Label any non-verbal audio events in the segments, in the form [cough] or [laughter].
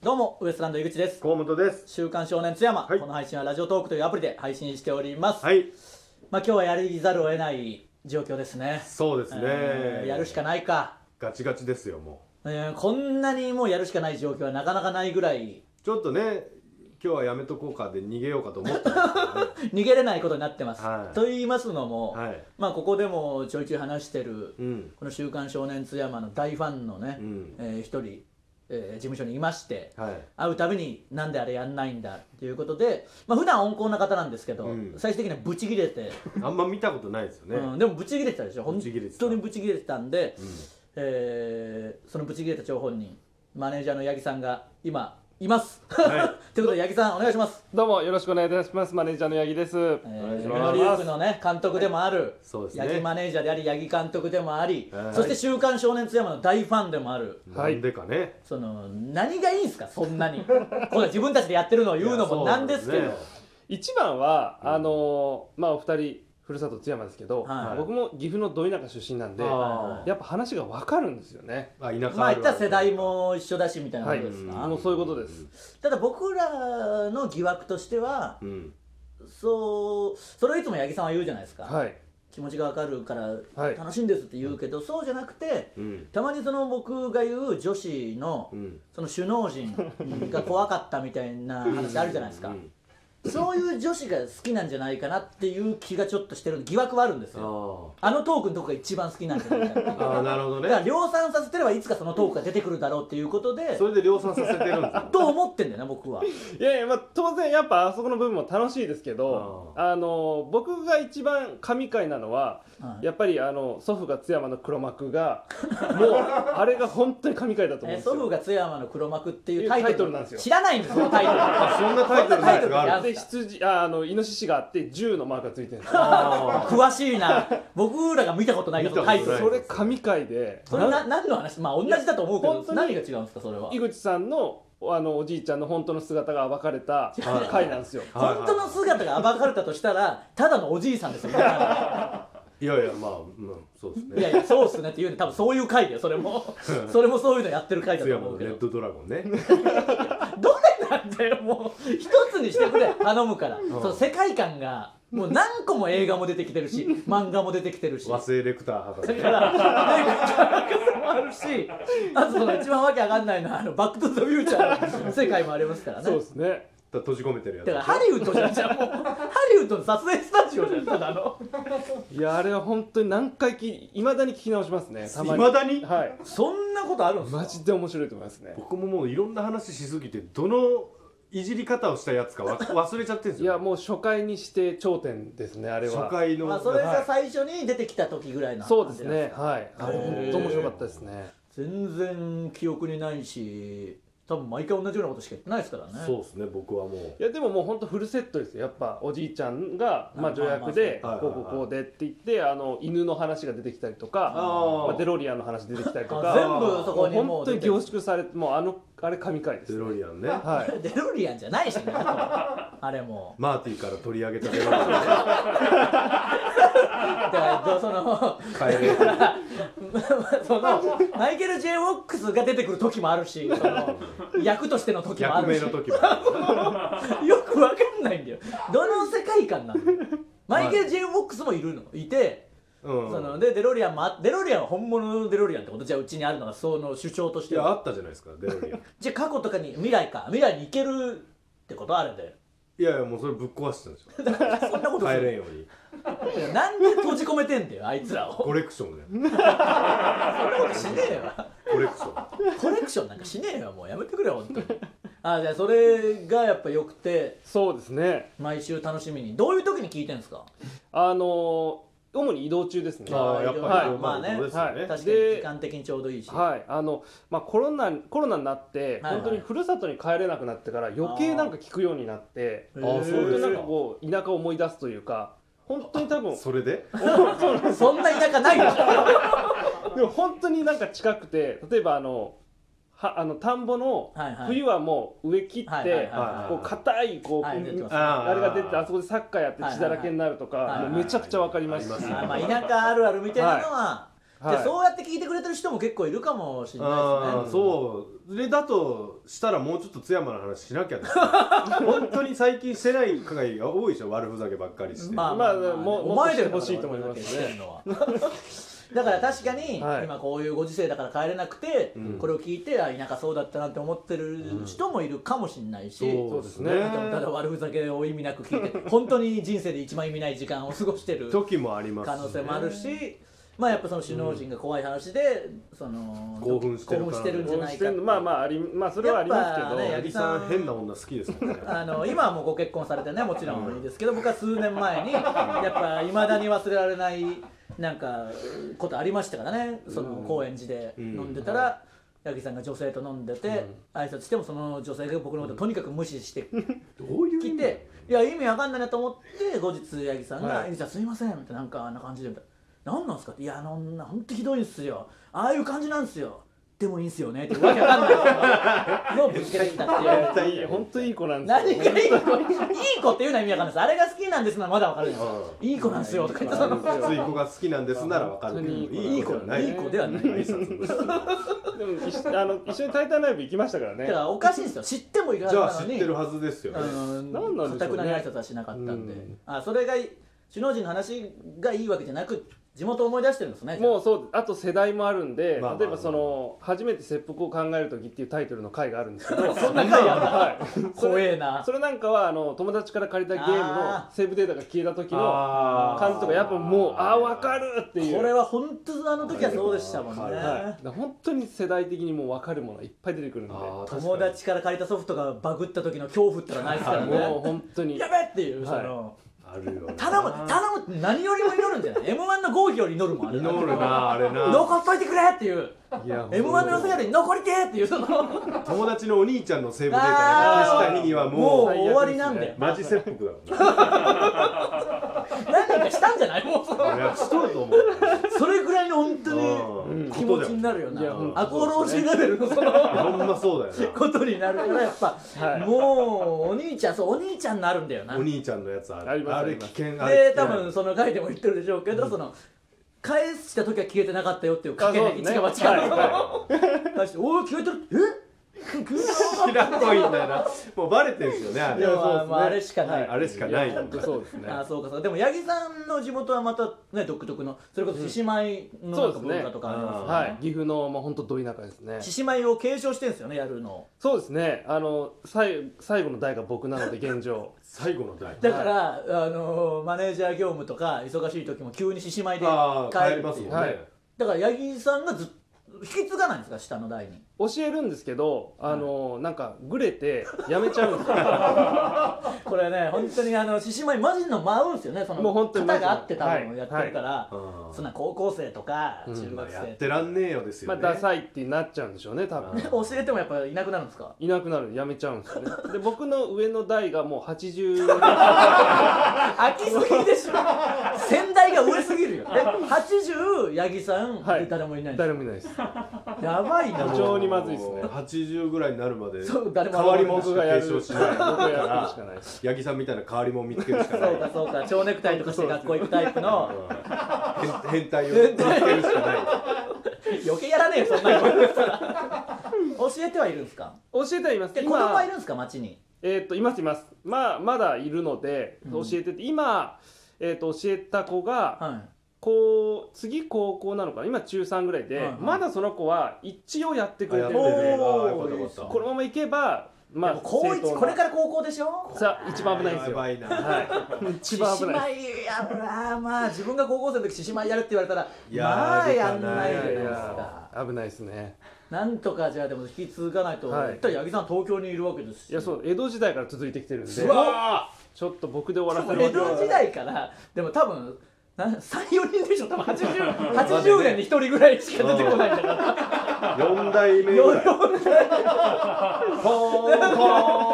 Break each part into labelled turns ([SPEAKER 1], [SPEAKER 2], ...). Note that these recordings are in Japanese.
[SPEAKER 1] どうもウエストランド井口です
[SPEAKER 2] 河本です。
[SPEAKER 1] 週刊少年津山、
[SPEAKER 2] はい
[SPEAKER 1] この配信はラジオトークというアプリで配信しております、
[SPEAKER 2] はい、
[SPEAKER 1] まあ今日はやりざるを得ない状況ですね
[SPEAKER 2] そうですね、
[SPEAKER 1] えーやるしかないか、
[SPEAKER 2] ガチガチですよ、も。
[SPEAKER 1] えーこんなにもうやるしかない状況はなかなかないぐらいう
[SPEAKER 2] ちょっとね、今日はやめとこうかで逃げようかと思ったんですけどね
[SPEAKER 1] 逃げれないことになってます、
[SPEAKER 2] はい
[SPEAKER 1] と言いますのも、 [laughs]
[SPEAKER 2] はい。
[SPEAKER 1] まあここでもちょいちょい話してる
[SPEAKER 2] うん。
[SPEAKER 1] この「週刊少年津山」の大ファンのね、
[SPEAKER 2] うん
[SPEAKER 1] えー一人、えー事務所にいまして、
[SPEAKER 2] はい。
[SPEAKER 1] 会うたびになんであれやんないんだということで、まあ普段温厚な方なんですけど、
[SPEAKER 2] うん
[SPEAKER 1] 最終的にはブチギレて、
[SPEAKER 2] あんま見たことないですよね。
[SPEAKER 1] うん、でもブチギレてたでしょ本
[SPEAKER 2] ブチギレてた
[SPEAKER 1] 当にブチギレてたんで、
[SPEAKER 2] うん
[SPEAKER 1] えーそのブチギレた張本人マネージャーの八木さんが今います、 [laughs] ということで八木さんお願いします
[SPEAKER 3] どうもよろしくお願いいたします。マネージャーの八木です。
[SPEAKER 1] えー
[SPEAKER 3] お願いしま
[SPEAKER 1] リュー
[SPEAKER 3] す
[SPEAKER 1] ク。のね監督でもある、
[SPEAKER 2] そうですね
[SPEAKER 1] 八木マネージャーであり八木監督でもあり、
[SPEAKER 2] はい
[SPEAKER 1] そして「週刊少年津山」の大ファンでもある
[SPEAKER 3] はい
[SPEAKER 2] なんでかね。
[SPEAKER 1] その何がいいんですかそんなに [laughs] これ自分たちでやってるのを言うのもなんですけ
[SPEAKER 2] い
[SPEAKER 1] ど
[SPEAKER 2] やそう
[SPEAKER 3] 一番は、あのーまあお二人ふるさと津山ですけど、
[SPEAKER 1] はい
[SPEAKER 3] 僕も岐阜のど田舎出身なんで、や
[SPEAKER 2] あ
[SPEAKER 3] っぱ話がわかるんですよね。
[SPEAKER 2] ーあ、田舎
[SPEAKER 1] まあ
[SPEAKER 2] あ
[SPEAKER 1] 言っ
[SPEAKER 2] るる
[SPEAKER 1] たら世代。も一緒だしみたいなこ
[SPEAKER 3] はい
[SPEAKER 1] とですか、
[SPEAKER 3] もうそういうことです。
[SPEAKER 1] ただ僕らの疑惑としては
[SPEAKER 2] うん。
[SPEAKER 1] そうそれをいつも八木さんは言うじゃないですか、
[SPEAKER 3] はい
[SPEAKER 1] 気持ちがわかるから
[SPEAKER 3] はい
[SPEAKER 1] 楽しいんですって言うけど、そうじゃなくて
[SPEAKER 2] うん。
[SPEAKER 1] たまにその僕が言う女子の
[SPEAKER 2] うん。
[SPEAKER 1] その首脳陣が怖かったみたいな話あるじゃないですか、
[SPEAKER 2] うん
[SPEAKER 1] そういう女子が好きなんじゃないかなっていう気がちょっとしてる疑惑はあるんです
[SPEAKER 2] あ
[SPEAKER 1] よ
[SPEAKER 2] ー
[SPEAKER 1] あのトークのとこが一番好きなんじゃないかっていうだか
[SPEAKER 2] あー、なるほど
[SPEAKER 1] ら
[SPEAKER 2] ね。
[SPEAKER 1] 量産させてればいつかそのトークが出てくるだろうっていうことで
[SPEAKER 2] それで量産させて
[SPEAKER 1] [laughs]
[SPEAKER 2] るんですよ。
[SPEAKER 1] と思ってんだよね僕は。
[SPEAKER 3] いやいやまあ当然やっぱあそこの部分も楽しいですけど、あのー僕が一番神回なのは、
[SPEAKER 1] はい
[SPEAKER 3] やっぱりあの祖父が津山の黒
[SPEAKER 1] [laughs]
[SPEAKER 3] 幕がもうあれが本当に神回だと思うん
[SPEAKER 1] え
[SPEAKER 3] です
[SPEAKER 1] 祖父
[SPEAKER 3] よ。
[SPEAKER 1] が津山の黒幕っていうタイトル
[SPEAKER 3] いうタイトルなんですよ
[SPEAKER 1] 知らないんですそのタイトル
[SPEAKER 2] あそんなタイト
[SPEAKER 1] そん
[SPEAKER 2] ルのやつがある
[SPEAKER 1] なタイトルのやつ
[SPEAKER 3] で羊ああのイノシシがあって銃のマークがついてるんですよ。
[SPEAKER 2] あ
[SPEAKER 1] 詳しいな僕らが見たことないけどタイト
[SPEAKER 2] 見
[SPEAKER 1] ル
[SPEAKER 2] たこ
[SPEAKER 3] それ神回で
[SPEAKER 1] それな何の話まあ同じだと思うけ
[SPEAKER 3] いや
[SPEAKER 1] ど
[SPEAKER 3] 本当に
[SPEAKER 1] 何が違うんですかそれは
[SPEAKER 3] 井口さんのあのおじいちゃんの本当の姿が暴かれた
[SPEAKER 2] はい
[SPEAKER 3] 回なんですよ。
[SPEAKER 2] はい
[SPEAKER 1] 本当の姿が暴かれたとしたらただのおじいさんですよ
[SPEAKER 2] いやいや、まあ、うん、そうです
[SPEAKER 1] いや
[SPEAKER 2] ね。
[SPEAKER 1] いやそうっすねって言うんで多分そういう回だよそれもそれもそういうのやってる回だ
[SPEAKER 2] 津
[SPEAKER 1] と
[SPEAKER 2] 山
[SPEAKER 1] 思
[SPEAKER 2] の
[SPEAKER 1] うけ
[SPEAKER 2] レ
[SPEAKER 1] ど
[SPEAKER 2] ッドドラゴンね。
[SPEAKER 1] どれなんだよもう一つにしてくれ頼むから、その世界観がもう何個も映画も出てきてるし漫画も出てきてるし
[SPEAKER 2] 和製レクター博士
[SPEAKER 1] だ。から、なんか、もあるし、あとその一番わけわかんないのは、あの、バックトゥザフューチャーの世界もありますからね。
[SPEAKER 3] そうですね。
[SPEAKER 2] だから閉じ込めてるやつ
[SPEAKER 1] だ
[SPEAKER 2] で
[SPEAKER 1] か
[SPEAKER 2] し
[SPEAKER 1] ら
[SPEAKER 2] ょ
[SPEAKER 1] ハリウッドじゃんじゃあもうハリウッドの撮影スタジオじゃんただの
[SPEAKER 3] いやあれは本当に何回きいまだに聞き直しますね。たまに。
[SPEAKER 2] 未だに
[SPEAKER 3] はい。
[SPEAKER 1] そんなことあるんですか
[SPEAKER 3] マジで面白いと思いますね。
[SPEAKER 2] 僕ももういろんな話しすぎてどのいじり方をしたやつか
[SPEAKER 1] [laughs]
[SPEAKER 2] わ忘れちゃってるんです
[SPEAKER 3] い
[SPEAKER 2] よ
[SPEAKER 3] やもう初回にして頂点ですねあれは。
[SPEAKER 2] 初回の、
[SPEAKER 1] まあそれが
[SPEAKER 2] はい
[SPEAKER 1] 最初に出てきた時ぐらいの
[SPEAKER 3] そうですね。はい。あれ
[SPEAKER 1] へー
[SPEAKER 3] 本当面白かったですね。
[SPEAKER 1] 全然記憶にないし多分毎回同じようなことしか言ってないですからね
[SPEAKER 2] そうですね僕はもう
[SPEAKER 3] いやでももう本当フルセットですよやっぱおじいちゃんがま
[SPEAKER 1] あ
[SPEAKER 3] あ助役で
[SPEAKER 2] まあまあ
[SPEAKER 3] こうこうこうでって言ってあの犬の話が出てきたりとか
[SPEAKER 2] あー
[SPEAKER 3] まあデロリアンの話出てきたりと
[SPEAKER 1] あ
[SPEAKER 3] か
[SPEAKER 1] 全部そこにも
[SPEAKER 3] 本
[SPEAKER 1] う
[SPEAKER 3] 当
[SPEAKER 1] 出
[SPEAKER 3] に
[SPEAKER 1] てる
[SPEAKER 3] 凝縮されてもうあのあれ神回です
[SPEAKER 2] デ
[SPEAKER 3] ね
[SPEAKER 2] ロリアンね
[SPEAKER 3] はい
[SPEAKER 1] [laughs] デロリアンじゃないしねあれも
[SPEAKER 2] マーティから取り上げたデロリ
[SPEAKER 1] [laughs]
[SPEAKER 2] アン
[SPEAKER 1] だからその [laughs]
[SPEAKER 2] 帰れる
[SPEAKER 1] そのマイケル・ J ・ウォックスが出てくる時もあるしその役としての時もあ
[SPEAKER 2] 逆
[SPEAKER 1] る
[SPEAKER 2] 名
[SPEAKER 1] し
[SPEAKER 2] の時もあ
[SPEAKER 1] よくわかんないんだよどの世界観なのマイケル・ J ・ウォックスもいるのいて
[SPEAKER 2] る、うん、
[SPEAKER 1] そのでデロリアンもあデロリアンは本物のデロリアンってことじゃあうちにあるのがその主張とし
[SPEAKER 2] い
[SPEAKER 1] て
[SPEAKER 2] やあ
[SPEAKER 1] は
[SPEAKER 2] ったじゃないですかデ
[SPEAKER 1] [laughs]
[SPEAKER 2] ロリアン
[SPEAKER 1] じゃあ過去とかに未来か未来に行けるってことあるんだよ [laughs]
[SPEAKER 2] いやいやもうそれぶっ壊してたんですよ
[SPEAKER 1] そんなこと
[SPEAKER 2] 帰
[SPEAKER 1] する
[SPEAKER 2] れんように
[SPEAKER 1] なんで閉じ込めてんだよあいつらを
[SPEAKER 2] コレクションだよ
[SPEAKER 1] そんなことしねえわ
[SPEAKER 2] コレク
[SPEAKER 1] [laughs]
[SPEAKER 2] ショ
[SPEAKER 1] コレクションなんかしねえわもうやめてくれよ本当にあじゃあそれがやっぱ良くて
[SPEAKER 3] そうですね
[SPEAKER 1] 毎週楽しみにどういう時に聞いてんですか
[SPEAKER 3] あのー主に移動中ですね
[SPEAKER 2] ンああやっぱり、
[SPEAKER 1] はいまあね
[SPEAKER 2] そうですよね、
[SPEAKER 1] 確かに
[SPEAKER 3] で
[SPEAKER 1] 時間的にちょうどいいし、
[SPEAKER 3] はいあのまあコロナコロナになって、
[SPEAKER 1] はいはい
[SPEAKER 3] 本当にふるさとに帰れなくなってから余計なんか聞くようになって
[SPEAKER 1] あ
[SPEAKER 3] あ
[SPEAKER 1] ー
[SPEAKER 3] そうです
[SPEAKER 1] へー
[SPEAKER 3] なんかこう田舎を思い出すというか本当に多分
[SPEAKER 2] それで
[SPEAKER 1] そんな田舎ないでしょ
[SPEAKER 3] でも本当になんか近くて例えばあのはあの田んぼの
[SPEAKER 1] はいはい
[SPEAKER 3] 冬はもう植え切っ
[SPEAKER 1] はいはいはい
[SPEAKER 3] て
[SPEAKER 1] はい
[SPEAKER 3] こう硬いこう、
[SPEAKER 1] はい
[SPEAKER 3] うん
[SPEAKER 1] 出てます
[SPEAKER 3] あれが出てあそ
[SPEAKER 2] こ
[SPEAKER 3] こでサッカーやって血だらけになるとか、
[SPEAKER 1] はいはいはい
[SPEAKER 3] もうめちゃくちゃわかりますし、
[SPEAKER 2] はいはい
[SPEAKER 1] あ
[SPEAKER 2] はい
[SPEAKER 1] まあ田舎あるあるみたいなのは、じゃあそうやって聞いてくれてる人も結構いるかもしれないですね
[SPEAKER 2] あーそうでだとしたらもうちょっと津山の話しなきゃです [laughs] ね本当に最近してない回が多いでしょ悪ふざけばっかりして、
[SPEAKER 1] まあ
[SPEAKER 3] ま
[SPEAKER 1] ま
[SPEAKER 3] あ
[SPEAKER 1] あ、まあ
[SPEAKER 3] も
[SPEAKER 1] お前で
[SPEAKER 3] もっとしてほしいと思いますね
[SPEAKER 1] 俺だけしてんのは [laughs] だから確かに、
[SPEAKER 3] はい
[SPEAKER 1] 今こういうご時世だから帰れなくて、
[SPEAKER 2] うん
[SPEAKER 1] これを聞いてあ田舎そうだったなって思ってる人もいるかもしれないし、
[SPEAKER 2] そうですね
[SPEAKER 3] そう
[SPEAKER 1] ただただ悪ふざけを意味なく聞いて本当に人生で一番意味ない時間を過ごしてる
[SPEAKER 2] 時もあります
[SPEAKER 1] 可能性もあるし、まあやっぱその首脳陣が怖い話で、その
[SPEAKER 2] 興奮してる
[SPEAKER 1] 興奮してるんじゃ
[SPEAKER 3] どう
[SPEAKER 1] ない
[SPEAKER 3] し
[SPEAKER 1] か
[SPEAKER 3] てんのまあまあありまあそれはありますけ
[SPEAKER 1] やっぱね
[SPEAKER 3] ど
[SPEAKER 2] 八木さん変な女好きですもんね
[SPEAKER 1] あの今はもうご結婚されてねもちろんいいですけど僕は数年前にやっぱいまだに忘れられないなんかことありましたからねその高円寺で飲んでたら。八木さんが女性と飲んでて、挨拶してもその女性が僕のことをとにかく無視して
[SPEAKER 2] どういう意
[SPEAKER 1] 来
[SPEAKER 2] 味
[SPEAKER 1] て、いや意味わかんないなと思って後日八木さんが「
[SPEAKER 3] はい
[SPEAKER 1] えじゃあすいません」ってなんかあんな感じでみたいな「何なんですか?」って「いやあの女ほんとひどいんすよああいう感じなんすよでもいいんすよね」ってわけわかんないのをぶつけてきたっていう。
[SPEAKER 3] いやいや本当いい子なんです
[SPEAKER 1] 何
[SPEAKER 3] よ
[SPEAKER 1] がいい子いい子っていうのは意味わかんないですあれが好きなんですならまだわかるじゃないですかいい子なんですよとか言ってその
[SPEAKER 2] きつい子が好きなんですならわかるけど
[SPEAKER 3] 本当
[SPEAKER 1] にいい子
[SPEAKER 2] じゃない
[SPEAKER 1] いい子ではない
[SPEAKER 2] 挨拶もして
[SPEAKER 3] でも一
[SPEAKER 1] [laughs]
[SPEAKER 3] 緒あの一緒に「タイタンライブ」行きましたからね
[SPEAKER 1] だからおかしいんですよ知ってもいるはず
[SPEAKER 2] じ
[SPEAKER 1] な
[SPEAKER 2] ゃあ
[SPEAKER 1] の
[SPEAKER 2] 知っ
[SPEAKER 1] に
[SPEAKER 2] てるはずですよ
[SPEAKER 1] あ
[SPEAKER 2] ね
[SPEAKER 3] 何なん
[SPEAKER 1] の
[SPEAKER 3] でし
[SPEAKER 1] かた
[SPEAKER 3] ょうね
[SPEAKER 1] くなに挨拶はしなかったんで、
[SPEAKER 3] うん
[SPEAKER 1] あそれがい首脳陣の話がいいわけじゃなく地元を思い出してるんですね
[SPEAKER 3] もうそうあと世代もあるんで、
[SPEAKER 2] まあまあまあ
[SPEAKER 3] 例えばその「初めて切腹を考える時」っていうタイトルの回があるんですけど
[SPEAKER 1] そんな回やだ
[SPEAKER 3] はい
[SPEAKER 1] 怖えな
[SPEAKER 3] それなんかはあの友達から借りたゲーム
[SPEAKER 1] あ
[SPEAKER 3] の
[SPEAKER 1] ー
[SPEAKER 3] セーブデータが消えた時の
[SPEAKER 2] あー
[SPEAKER 3] 感じとかやっぱもうああ分かるっていう
[SPEAKER 1] これは本当あの時はそうでしたもんね、
[SPEAKER 2] はい
[SPEAKER 3] はい、だから本当に世代的にもう分かるものがいっぱい出てくるんで
[SPEAKER 2] あー確かに
[SPEAKER 1] 友達から借りたソフトがバグった時の恐怖ったらないですから
[SPEAKER 3] もう
[SPEAKER 1] ね
[SPEAKER 3] 本当に
[SPEAKER 1] やべっていうそ
[SPEAKER 3] はい
[SPEAKER 1] の、
[SPEAKER 2] あるよな
[SPEAKER 1] 頼む頼むって何よりも祈るんじゃない m 1の合否より祈るもんあれ
[SPEAKER 2] 祈るなあれ [laughs] な
[SPEAKER 1] 残っといてくれっていう
[SPEAKER 2] いや
[SPEAKER 1] m 1の予選で残りてーっていうその
[SPEAKER 2] 友達のお兄ちゃんのセーブデータが消した日には
[SPEAKER 1] もう
[SPEAKER 2] もう
[SPEAKER 1] 終わりなんだよ
[SPEAKER 2] マジ切腹だもん
[SPEAKER 1] 何年かしたんじゃないもうその
[SPEAKER 2] ないやしとると思う
[SPEAKER 1] それぐらいの本当
[SPEAKER 2] うん
[SPEAKER 1] に気持ちになるよ
[SPEAKER 3] いや
[SPEAKER 1] な
[SPEAKER 3] 本
[SPEAKER 1] アコロージレベルのその
[SPEAKER 2] ほんまそうだよ
[SPEAKER 1] ことになるからやっぱ、
[SPEAKER 3] はい
[SPEAKER 1] もうお兄ちゃんそうお兄ちゃんになるんだよな
[SPEAKER 2] なお兄ちゃんのやつある
[SPEAKER 3] あります
[SPEAKER 2] あ
[SPEAKER 3] あ
[SPEAKER 2] れ
[SPEAKER 3] りま
[SPEAKER 2] 危
[SPEAKER 3] す
[SPEAKER 2] 険あれ
[SPEAKER 1] で多分その回でも言ってるでしょうけど、その返した時は消えてなかったよっていうかけ
[SPEAKER 3] あそう
[SPEAKER 1] ね
[SPEAKER 3] で
[SPEAKER 1] 一
[SPEAKER 3] すね
[SPEAKER 1] が間違う返して「おお消えてるえ [laughs]
[SPEAKER 2] 知らんこいんだよなもうバレてるんですよねあ
[SPEAKER 1] で
[SPEAKER 2] れ
[SPEAKER 1] も
[SPEAKER 3] やそうですね
[SPEAKER 1] まああれしかない、
[SPEAKER 2] あれしかない
[SPEAKER 3] や本当そうですね
[SPEAKER 1] あそうかそうかでも八木さんの地元はまたね独特のそれこそ獅子舞のなんか
[SPEAKER 3] そうですね
[SPEAKER 1] 文化とかありますよね
[SPEAKER 3] はい岐阜のまあ本当ど田舎ですね
[SPEAKER 1] 獅子舞を継承してんですよねやるの
[SPEAKER 3] そうですねあのさい最後の代が僕なので現状
[SPEAKER 2] 最後の代
[SPEAKER 1] だから、あのーマネージャー業務とか忙しい時も急に獅子舞で
[SPEAKER 2] あー
[SPEAKER 1] 帰
[SPEAKER 2] 帰
[SPEAKER 1] る
[SPEAKER 2] りま
[SPEAKER 1] っ
[SPEAKER 2] す
[SPEAKER 1] て
[SPEAKER 2] も
[SPEAKER 1] い
[SPEAKER 2] ん
[SPEAKER 1] う
[SPEAKER 2] ね、
[SPEAKER 3] はい
[SPEAKER 1] だから八木さんがずっと引き継がないんですか下の代に
[SPEAKER 3] 教えるんですけどあの、なんかグレてやめちゃう
[SPEAKER 1] [laughs]
[SPEAKER 3] んですよ
[SPEAKER 1] これね本当にあの獅子舞マジの舞うんですよねその
[SPEAKER 3] もう本当にマ
[SPEAKER 1] 型
[SPEAKER 3] ジの
[SPEAKER 1] があって多分やってるから、
[SPEAKER 2] うん
[SPEAKER 1] そんな高校生とか
[SPEAKER 3] うん
[SPEAKER 1] 中
[SPEAKER 2] まあ
[SPEAKER 1] 学生、
[SPEAKER 2] やってらんねえよです
[SPEAKER 3] ま
[SPEAKER 2] よ
[SPEAKER 3] あ
[SPEAKER 2] ね、
[SPEAKER 3] ダサいってなっちゃうんでしょうね多分
[SPEAKER 1] 教えてもやっぱいなくなるんですか
[SPEAKER 3] いなくなるやめちゃうんですよね
[SPEAKER 1] [laughs]
[SPEAKER 3] で僕の上の代がもう80
[SPEAKER 1] 飽きすぎで
[SPEAKER 3] [laughs]
[SPEAKER 1] しょ先代が上すぎるよえ80八木さん、
[SPEAKER 3] はい
[SPEAKER 1] で誰もいないんです
[SPEAKER 3] 誰もいないです
[SPEAKER 1] やばいな
[SPEAKER 3] 非常にまずいっすね
[SPEAKER 2] 80ぐらいになるまで
[SPEAKER 1] そう
[SPEAKER 2] 変
[SPEAKER 1] 誰も
[SPEAKER 2] わり者
[SPEAKER 3] 僕
[SPEAKER 2] し
[SPEAKER 3] が
[SPEAKER 2] か
[SPEAKER 3] やる
[SPEAKER 2] 継承し
[SPEAKER 3] 僕
[SPEAKER 2] ない
[SPEAKER 3] がやるしかないです
[SPEAKER 2] 八木さんみたいな変わり者見つけるしかない
[SPEAKER 1] そうかそうか蝶ネクタイとかして学校行くタイプの
[SPEAKER 2] 変変態を見つけるしかない
[SPEAKER 1] 余計やらねえよそんなの教えてはいるんですか
[SPEAKER 3] 教えてはいます
[SPEAKER 1] で子供はいるんですか町に
[SPEAKER 3] えーっといますいますまあまだいるので
[SPEAKER 1] うん
[SPEAKER 3] 教えてて、今えーっと教えた子が
[SPEAKER 1] は
[SPEAKER 3] こう次高校なのかな今中3ぐらいで、
[SPEAKER 1] はいはい
[SPEAKER 3] まだその子は一応やってくれ
[SPEAKER 2] や
[SPEAKER 3] て
[SPEAKER 2] って
[SPEAKER 3] る
[SPEAKER 2] るね
[SPEAKER 3] ので
[SPEAKER 1] おー
[SPEAKER 2] あーよかったよかった
[SPEAKER 3] このままいけば
[SPEAKER 1] い、ま
[SPEAKER 3] ま
[SPEAKER 1] あ、
[SPEAKER 3] あ
[SPEAKER 1] 高一
[SPEAKER 3] 正当な
[SPEAKER 1] これから高校でしょ
[SPEAKER 3] さあ一番危ないんですよ
[SPEAKER 2] やばいな
[SPEAKER 3] はい、 [laughs] 一番危ない
[SPEAKER 1] 獅子舞やるなまあ自分が高校生の時獅子舞やるって言われたら
[SPEAKER 2] いや
[SPEAKER 1] まあ
[SPEAKER 2] や
[SPEAKER 1] や
[SPEAKER 2] る
[SPEAKER 1] ん
[SPEAKER 2] か
[SPEAKER 1] な
[SPEAKER 2] ない
[SPEAKER 1] じゃない
[SPEAKER 3] い
[SPEAKER 1] で
[SPEAKER 3] やい
[SPEAKER 1] す
[SPEAKER 3] や
[SPEAKER 1] か
[SPEAKER 3] 危ないですね
[SPEAKER 1] なんとかじゃあでも引き継がないと、
[SPEAKER 3] はい
[SPEAKER 1] 一体八木さん東京にいるわけですし
[SPEAKER 3] いやそう江戸時代から続いてきてるんで
[SPEAKER 1] う
[SPEAKER 2] う
[SPEAKER 1] わ
[SPEAKER 2] わ
[SPEAKER 3] ちょっと僕で終わらせる
[SPEAKER 1] 江戸時代からでも多分34人でしょ多分 80, 80年に1人ぐらいしか出てこないんだから
[SPEAKER 2] 4代目ぐらい
[SPEAKER 1] 普
[SPEAKER 2] ポーンポー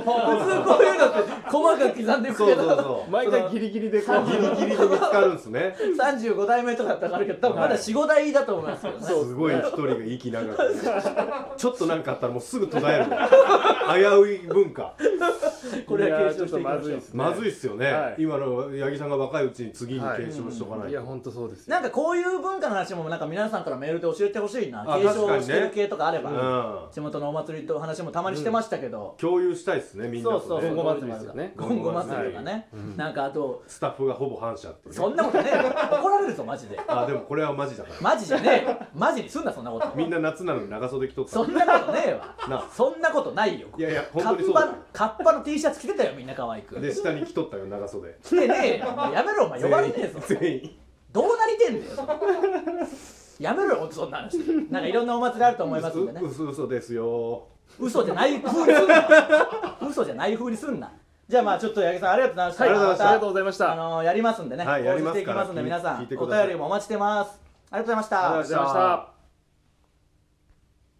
[SPEAKER 2] ンポーン
[SPEAKER 1] 通こういうのって細かく刻んでいく
[SPEAKER 2] そ
[SPEAKER 1] け
[SPEAKER 2] うそう
[SPEAKER 1] ど
[SPEAKER 2] そう
[SPEAKER 3] 毎回ギリギリでこ
[SPEAKER 2] ギリ
[SPEAKER 3] う
[SPEAKER 2] ギリで見つかるんですね
[SPEAKER 1] 35代目とかだったらあるけど多分まだ45代だと思いますけどね
[SPEAKER 2] すごい一人が息長くちょっとなんかあったらもうすぐ途絶える危うい文化
[SPEAKER 1] これは継承していき
[SPEAKER 3] や
[SPEAKER 1] ま
[SPEAKER 3] ちょっとまず
[SPEAKER 1] しょ
[SPEAKER 3] いで
[SPEAKER 1] う
[SPEAKER 3] すね
[SPEAKER 2] まずいっすよね、
[SPEAKER 3] はい
[SPEAKER 2] 今の八木さんが若いうちに次に継承しとかないい
[SPEAKER 3] や
[SPEAKER 2] と、
[SPEAKER 3] 本当そうですよ
[SPEAKER 1] なんかこういう文化の話もなんか皆さんからメールで教えてほしいな
[SPEAKER 2] あ
[SPEAKER 1] 継承してる系とかあれば、
[SPEAKER 2] うん
[SPEAKER 1] 地元のお祭りと話もたまにしてましたけど、
[SPEAKER 2] 共有したいっすねみんな
[SPEAKER 1] そ
[SPEAKER 2] と
[SPEAKER 1] うそうそう
[SPEAKER 2] ね
[SPEAKER 3] 今後祭りですよね
[SPEAKER 1] 今後祭りとかね、
[SPEAKER 3] うん
[SPEAKER 1] なんかあと
[SPEAKER 2] スタッフがほぼ反社っていう
[SPEAKER 1] そんなことねえよ怒られるぞマジで
[SPEAKER 2] あでもこれはマジだから
[SPEAKER 1] マジじゃねえよマジにすんなそんなこと
[SPEAKER 2] みんな夏なのに長袖着とった
[SPEAKER 1] そんなことねえわ
[SPEAKER 2] な
[SPEAKER 1] そんなことないよ
[SPEAKER 2] いやいや本
[SPEAKER 1] カ
[SPEAKER 2] 当に
[SPEAKER 1] ッ
[SPEAKER 2] そうだ
[SPEAKER 1] パカッパの T シャツ着てたよみんな可愛く
[SPEAKER 2] よで下に着とったよ長袖
[SPEAKER 1] 着てねえよお前やめろお前呼ばれねえぞ
[SPEAKER 2] 全員
[SPEAKER 1] どうなりてんだよそのやめろよそんな話なんかいろんなお祭りあると思いますんでね
[SPEAKER 2] うう嘘ですよ
[SPEAKER 1] 嘘じゃない風にすんな嘘じゃない風にすんなじゃあまあちょっと八木さんありがとうございました、
[SPEAKER 2] はいありがとうございました
[SPEAKER 3] ありがとうございました
[SPEAKER 1] あのやりますんでね、
[SPEAKER 2] はいやりま
[SPEAKER 1] 応じ
[SPEAKER 2] す
[SPEAKER 1] ていきますんで
[SPEAKER 2] から
[SPEAKER 1] 皆さ
[SPEAKER 2] 聞
[SPEAKER 1] ん
[SPEAKER 2] いて
[SPEAKER 1] お
[SPEAKER 2] ください
[SPEAKER 1] 便りもお待ちしてますありがとうございました
[SPEAKER 2] ありがとうございました